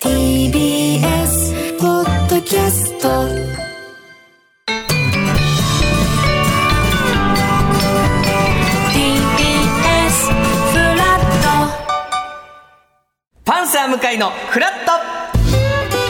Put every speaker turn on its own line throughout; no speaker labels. TBS ポッドキャスト
パンサー向井のフラット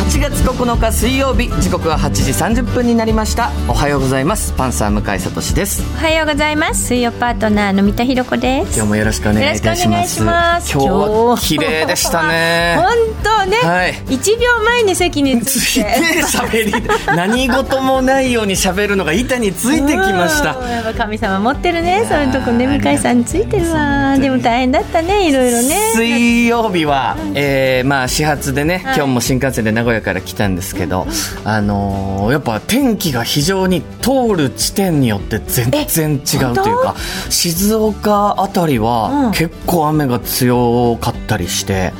8月9日水曜日時刻は8時30分になりましたおはようございますパンサー向井聡です
おはようございます水曜パートナーの三田寛子です
今日もよろしくお願いいたします
よろしくお願いします
今日は綺麗でした ね
本当ね、
はい
一秒前に席に
つ
着
い
いて
て喋り何事もないように喋るのが板についてきました
うんやっぱ神様持ってるねそういうとこね
ありがとう
向井さんついてるわでも大変だったねいろいろね
水曜日は、えーまあ、始発でね、今日も新幹線で名古屋から来たんですけど、あのーやっぱ天気が非常に通る地点によって全然違うというか静岡あたり
う
は
ん
結構雨が強かったりして、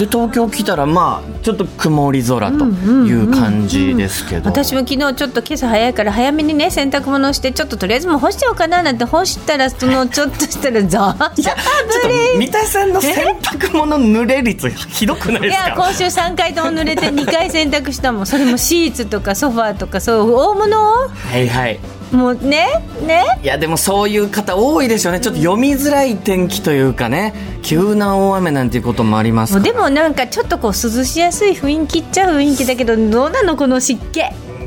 で東京来たらまあちょっと曇り空という感じですけど、
私も昨日ちょっと今朝早いから早めにね洗濯物をしてちょっととりあえずもう干しちゃおうかななんて干したらそのちょっとしたらザー
いやちょっと三田さんの洗濯物濡れ率ひどくない
い
ですか
や今週3回とも濡れて2回洗濯したもんそれもシーツとかソファーとかそういう大物を
はいはい
もうねね
いやでもそういう方多いでしょうねちょっと読みづらい天気というかね急な大雨なんていうこともあります
もう
か
で
ら
もなんかちょっとこう涼しやすい雰囲気っちゃ雰囲気だけどどうなのこの湿気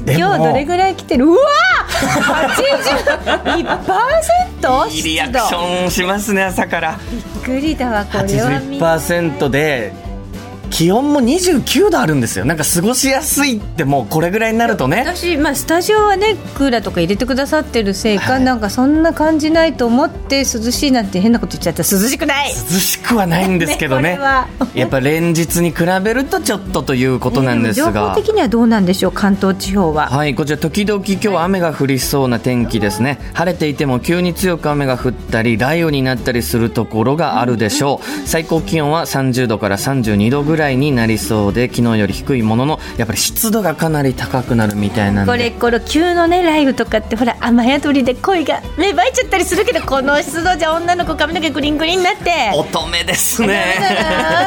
でも
今日どれぐらい来てるうわ81%
いい
湿
リアクシ
度
ョンしますね朝から
びっくりだわこれはみんな
81%で気温も29度あるんですよなんか過ごしやすいってもうこれぐらいになるとね
私、まあ、スタジオはねクーラーとか入れてくださってるせいか、
はい
なんかそんな感じないと思って涼しいなんて変なこと言っちゃった涼しくない
涼しくはないんですけどね
ねこれは
やっぱ連日に比べるとちょっとということなんです
情報
が、
的にはどうなんでしょう関東地方は。
はい、こちら時々今日は雨が降りそうな天気ですね。晴れていても急に強く雨が降ったり、雷雨になったりするところがあるでしょう。最高気温は30度から32度ぐらいになりそうで、昨日より低いものの、やっぱり湿度がかなり高くなるみたいなん
これ
で。
これ急のね雷雨とかってほら雨宿りで恋が芽生えちゃったりするけどこの湿度じゃ女の子髪の毛グリングリンになって
乙女ですね。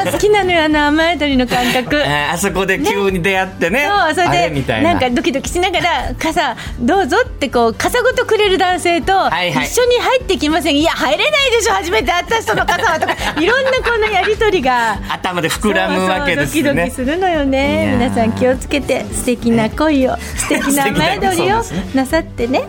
あー好きなのよあの雨宿りの感覚
ああそこで急に出会ってね。
そうそれ
あ
で
れみたい
な
な。
んかドキドキしながら傘どうぞってこう傘ごとくれる男性と
いはい
一緒に入ってきません、いや入れないでしょ初めて会った人の傘 はとかいろんなこのやり取りが。
頭で膨らむわけです
そうそうドキド
ね
キ。するのよ
いや
ね
ー
皆さん気をつけて素敵な恋 を素敵な前撮りをなさってね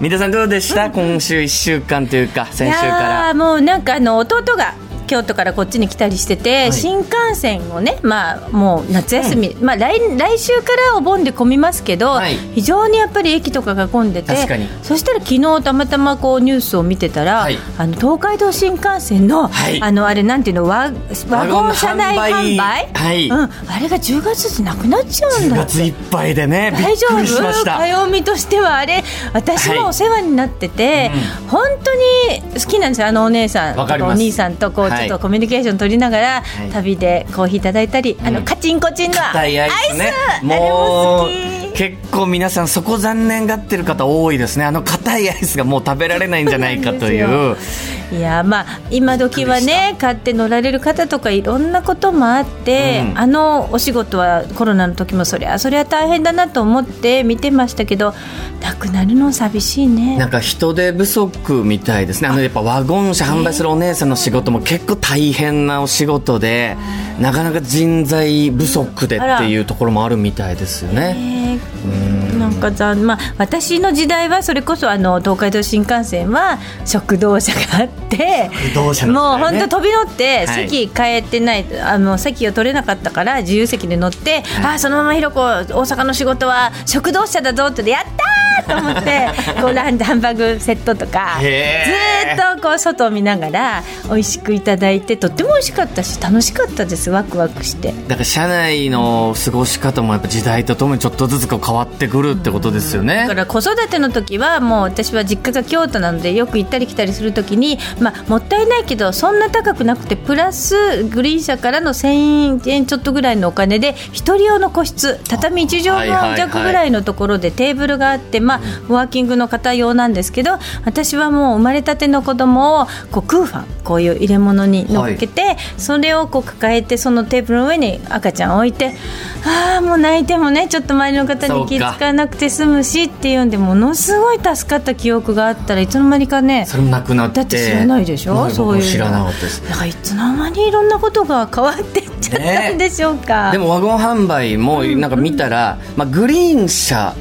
三田さんどうでした、今週1週間というか、
い
先週から
や。ーもうなんかあの弟が京都からこっちに来たりしてて、新幹線をね、まあ、もう夏休み、まあ、来来週からお盆で混みますけど、
はい
非常にやっぱり駅とかが混んでて
確かに
そしたら昨日たまたまこうニュースを見てたら、
はい
あの東海道新幹線の,、
はい
あのあれなんていうのワワゴン車内販売
はい
うん、あれが10月でなくなっちゃうん
10
だ
月いっぱいでねび
大
っ
丈
く
夫
りしました
火曜日としてはあれ私
はい
もお世話になってて、本当に好きなんですよあのお姉さん
わかり
と
ます
お兄さんとこうちょ
はい
っとコミュニケーション取りながら、
はい
旅でコーヒーいただいたり、あ
う
の
ん
カチンコチンの
硬いアイスね
アイス
も
あれも
う
好き
結構皆さんそこ残念がってる方多いですねあの硬いアイスがもう食べられないんじゃないかとい
そう
う
いやまあ今時はね買って乗られる方とかいろんなこともあって、
うん
あのお仕事はコロナの時もそりゃそりゃ大変だなと思って見てましたけどなくなるの寂しいね。
なんか人手不足みたいですねあのやっぱワゴン車販売するお姉さんの仕事も結構大変なお仕事でなかなか人材不足でっていうところもあるみたいですよね。
ねなんかざんまあ、私の時代はそれこそあの東海道新幹線は食堂車があって
堂車の時代ね
もう本当飛び乗って
はい
席変えてない、あの席を取れなかったから自由席で乗って、あーそのままひろこ大阪の仕事は食堂車だぞってやったーと 思ってこうランハンバーグセットとかず
へー
ーっとこう外を見ながら美味しくいただいてとっても美味しかったし楽しかったですワクワクして
だから社内の過ごし方もやっぱ時代とともにちょっとずつこう変わってくるってことですよね
だから子育ての時はもう私は実家が京都なのでよく行ったり来たりする時に、まあ、もったいないけどそんな高くなくてプラスグリーン車からの1000円ちょっとぐらいのお金で一人用の個室畳1
は
畳
いはいは
分
い
弱ぐらいのところでテーブルがあって、まあ、ワーキングの方用なんですけど私はもう生まれたての子供をこうクーファンこういう入れ物に乗っけて、それをこう抱えてそのテーブルの上に赤ちゃんを置いてああもう泣いてもねちょっと周りの方に気
そう
遣
か
なくて済むしっていうんでものすごい助かった記憶があったらいつの間にかね
それもなくなって
だって知らないでしょ
僕も
そういうの
知らなかったです
なんかいつの間にいろんなことが変わってっちゃったんでしょうか、
でもワゴン販売もなんか見たら、まあ、グリーン車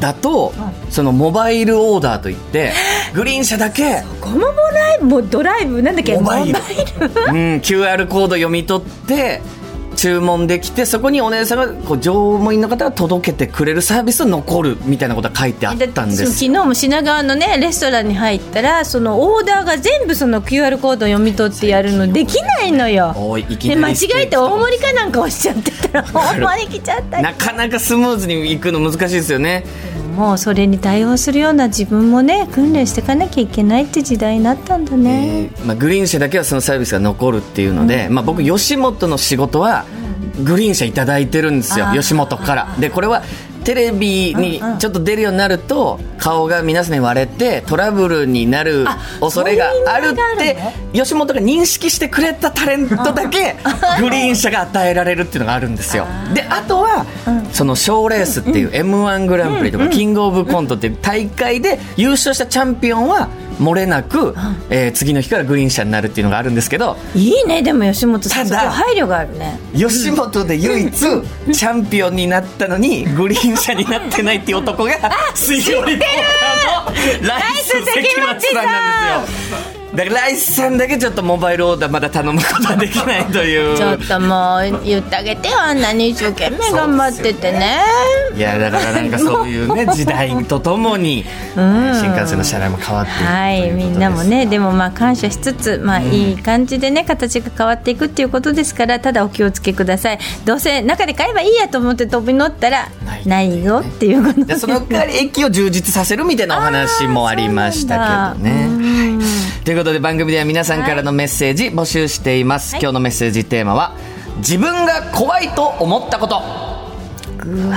だとそのモバイルオーダーといってグリーン車だけ、
ゴムもライブもうドライブなんだっけ
モバイル
モル
うん、QR コード読み取って注文できてそこにお姉さんがこう乗務員の方が届けてくれるサービスが残るみたいなことが書いてあったんで
だって
す
昨日も品川のねレストランに入ったらそのオーダーが全部その QR コードを読み取ってやるのできないのよ
おいいきな
で
り
間違えて大盛りかなんか押しちゃってたら大盛り来ちゃったり
なかなかスムーズにいくの難しいですよね
もうそれに対応するような自分もね訓練していかなきゃいけないって時代になったんだね、
えーまあ、グリーン車だけはそのサービスが残るっていうので、まあ、僕吉本の仕事はグリーン車いただいてるんですよ
あー
吉本からでこれはテレビに
うんうん
ちょっと出るようになると顔が皆さんに割れてトラブルになる恐れがあるっ
そういう意味
て
があ
吉本が認識してくれたタレントだけ グリーン車が与えられるっていうのがあるんですよであとはその賞レースっていう m 1グランプリとかキングオブコントっていう大会で優勝したチャンピオンは漏れなく、えー次の日からグリーン車になるっていうのがあるんですけど
いいねでも吉本さん
ただ
すごい配慮があるね
吉本で唯一チャンピオンになったのにグリーン車になってないっていう男が水曜リポーターのライス関町さんなんですよだからライスさんだけちょっとモバイルオーダーまだ頼むことはできないという
ちょっともう言ってあげてよあんなに一生懸命頑張っててね
いやだからなんかそういうね時代とともに、新幹線の車内も変わっていくと
は
いう
い
ことです
みんなもねでもまあ感謝しつつまあいい感じでね形が変わっていくっていうことですからただお気をつけくださいどうせ中で買えばいいやと思って飛び乗ったら
な
ないいよっていうこと
でその代わり駅を充実させるみたいなお話もありましたけど
あー
ね
そ。
はいということで番組では皆さんからのメッセージ募集しています。今日のメッセージテーマは自分が怖いと思ったこと。
怖い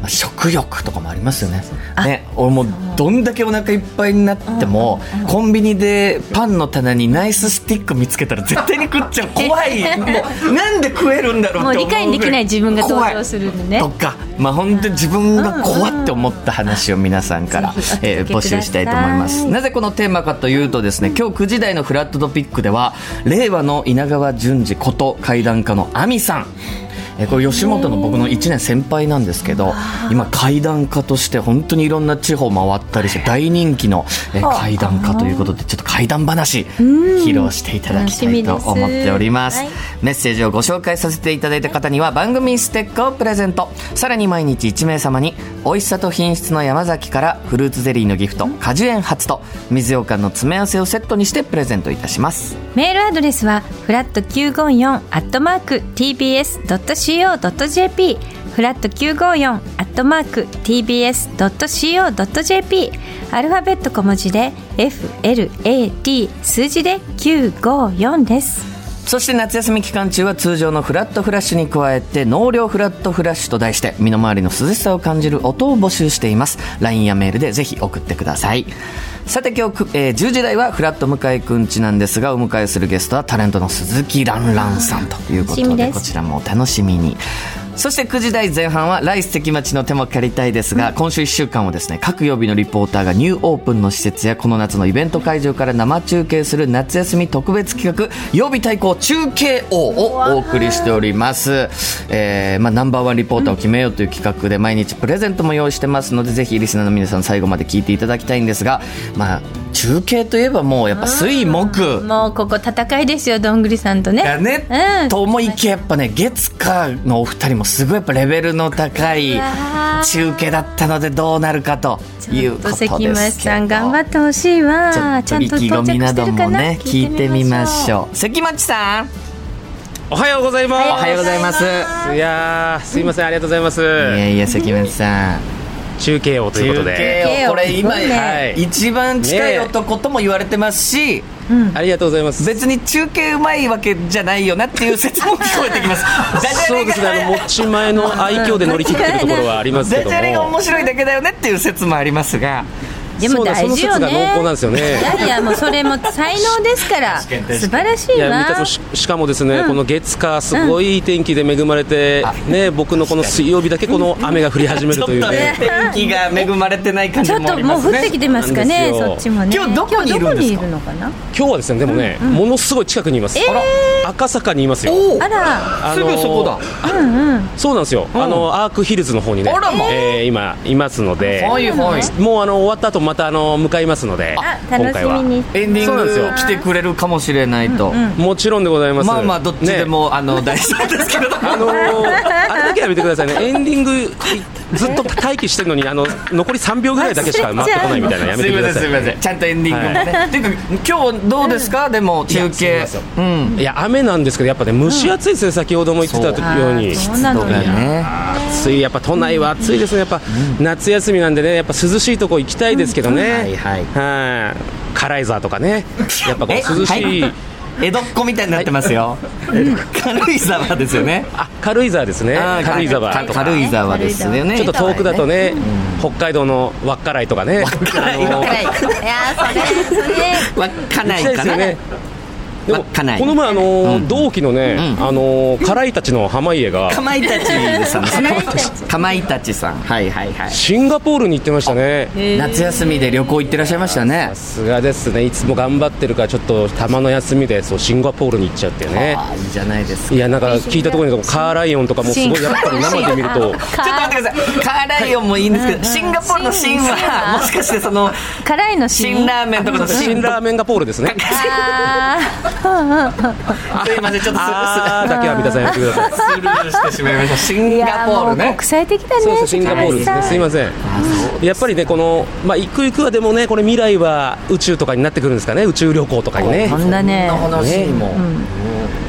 まあ食欲とかもありますよね。ね、俺もうどんだけお腹いっぱいになっても、コンビニでパンの棚にナイススティック見つけたら絶対に食っちゃう怖い。 もうなんで食えるんだろうって思うぐらい。
もう理解できない自分が登場するんでね
怖いとか、まあ本当に自分が怖って思った話を皆さんから
ぜひお届
え
け
ー募集したいと思いま
くだ
す。
さい
なぜこのテーマかというとですね、今日9時台のフラットトピックでは、令和の稲川淳二こと怪談家のアミさん。えーこれ吉本の僕の1年先輩なんですけど今怪談家として本当にいろんな地方回ったりして大人気のえー怪談家ということでちょっと怪談話披露していただきたいと
楽しみです
思っております
はい
メッセージをご紹介させていただいた方には番組ステッカーをプレゼントさらに毎日1名様に美味しさと品質の山崎からフルーツゼリーのギフト果樹園初と水羊羹の詰め合わせをセットにしてプレゼントいたします
メールアドレスはフラット9 5 4アットマーク tbs ドット co ドット jp フラット9 5 4アットマーク tbs ドット co ドット jp アルファベット小文字で f l a t 数字で954です。
そして夏休み期間中は通常のフラットフラッシュに加えて納涼フラットフラッシュと題して身の回りの涼しさを感じる音を募集しています LINE やメールでぜひ送ってくださいさて今日く、えー10時台はフラット向井くんちなんですがお迎えするゲストはタレントの鈴木蘭蘭さんというこ
楽し
と
み
で
です
こちらもお楽しみにそして9時台前半は来世関町の手も借りたいですが、今週1週間をですね各曜日のリポーターがニューオープンの施設やこの夏のイベント会場から生中継する夏休み特別企画曜日対抗中継王をお送りしております、えーまあ、ナンバーワンリポーターを決めようという企画で毎日プレゼントも用意してますのでぜひリスナーの皆さん最後まで聞いていただきたいんですがまあ中継といえばもうやっぱ水木
もうここ戦いですよどんぐりさんとね
だね、
うん
と思いきややっぱね月火のお二人もすごいやっぱレベルの高い
わー
中継だったのでどうなるかということですけど
関町さん頑張ってほしいわ
ちょっと意気込みなどもね聞いてみましょう関町さん
おはようござい
お
ま
はようございますい
す。いやー、すいません、ありがとうございます。
やいや関町さん
中継をということで。
中継をこれ今、
すごいね
はい一番近い男とも言われてますし、
ありがとうございます。
別に中継うまいわけじゃないよなっていう説も聞こえてき ますダジャ
そ
レ
うですね、あ
が
の持ち前の愛嬌で乗り切ってるところはありますけ
ダ
ど
ジャレが
も
面。白いだけだよねっていう説もありますが
でも大事よ
そうだその説が
ね
濃厚なんですよね
いやいやもうそれも才能ですから素
確かに
晴らし
い
い
や
わ
三田さんししかもですね、
うん
この月火すごいいい天気で恵まれて、ね、僕のこの水曜日だけこの雨が降り始め
ち
る
ょっと
という
ね
ね
天気が恵まれてない感
ち
じ
ょっ
もあ
と
り
も
ま
う
す
降っ
ね
てきてますかね
そうなん
そっ
です
ち
よ
もね
今日どこにいるんですか
今日どこにいるのかな
今日はですねでもね、ものすごい近くにいます、赤坂にいますよ
お
あら
あ
す
の
ぐそこだ
そうなんですよ、あのアークヒルズの方にね
あらま、
えー今いますので、
はいはい
もうあの終わった後またあの向かいますので
あ、
今
楽
回
しみ
は
に
エンディ
そうなんです
ン
よ
グ来てくれるかもしれないと、
もちろんでございます。
まあまあどっちで
ね
も、あ の大丈夫ですけれども
あのーあれだけはやめてくださいね、エンディング、ずっと待機してるのに、あの残り3秒ぐらいだけしか待ってこないみたいな、やめ
す
て
い
く
ません
ださ
すい
い。
ませんちゃんとエンディングもね、っていうか今日どうですか、でも中
い
継
やそう
う
なんいや、雨なんですけど、やっぱね、蒸し暑いですね、先ほども言ってたように。
あーそうなの
だ
よ
ね
暑いやっぱ都内は暑いですね、やっぱ夏休みなんでね、やっぱ涼しいとこ行きたいですけどね、はいはい、辛井沢とかね、やっぱこ
え
う涼しい、
は江戸っ子みたいになってますよ、 軽井沢ですよね
あ軽井沢ですね、
あー
軽井沢と
か
か、
軽井沢ですよね
ちょっと遠くだとね、北海道の稚内とかね、あの
いや
稚内か
それそれ
行きたいですよ
な、
ね。でも
稚内
この前あのー、同期のね、
うん
あのー、辛いたちの濱家が
かまいたちさんですねかまいたちさんはいはいはい
シンガポールに行ってましたね。
夏休みで旅行行ってらっしゃいましたね
さすがですね。いつも頑張ってるからちょっとたまの休みでそうシンガポールに行っちゃってね。
ああいいじゃないですか
いやなんか聞いたところにカーライオンとかもすごいやっぱり生で見る と
ちょっと待ってくださいカーライオンもいいんですけど、シンガポールのシン
シン
は
は
もしかしてその
辛いのシ
辛ラーメンとかのシ
辛
ン
ラーメンがポール ですね。
あ
す いませんちょっと
あーだけは三田さんやってください。
スルーしてしまいましたシ
ー
ン
い
ガ
や
ポ
も
ール
う
ね
国際的だね
そうですね、シンガポールですね、すいません、やっぱりね、この、まあ、行く行くはでもね、これ、未来は宇宙とかになってくるんですかね、宇宙旅行とかにね
そ、んなね
このシーンも、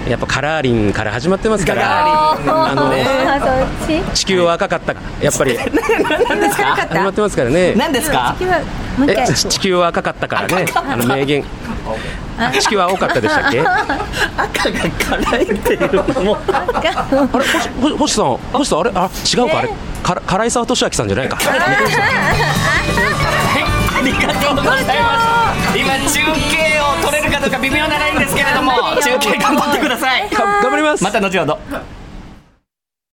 やっぱカラーリンから始まってますか
ガガーリン
ら、あの
あ そっち
地球は赤かった、やっぱり始
何ですかった
まってますからね、
何ですか
今もう一
え
回
ち地球は赤かったからね、あの名 言、あ地球は青かったでしたっ け、あ
赤が辛いっていうのも
れ、星星星さん、星さん、あれ、あ違うか、あれ、から唐井沢俊明さんじゃないか、
ありがとうございます今中継を取れるかどうか微妙なラインですけれども中継頑張ってください
頑張ります。
また後ほど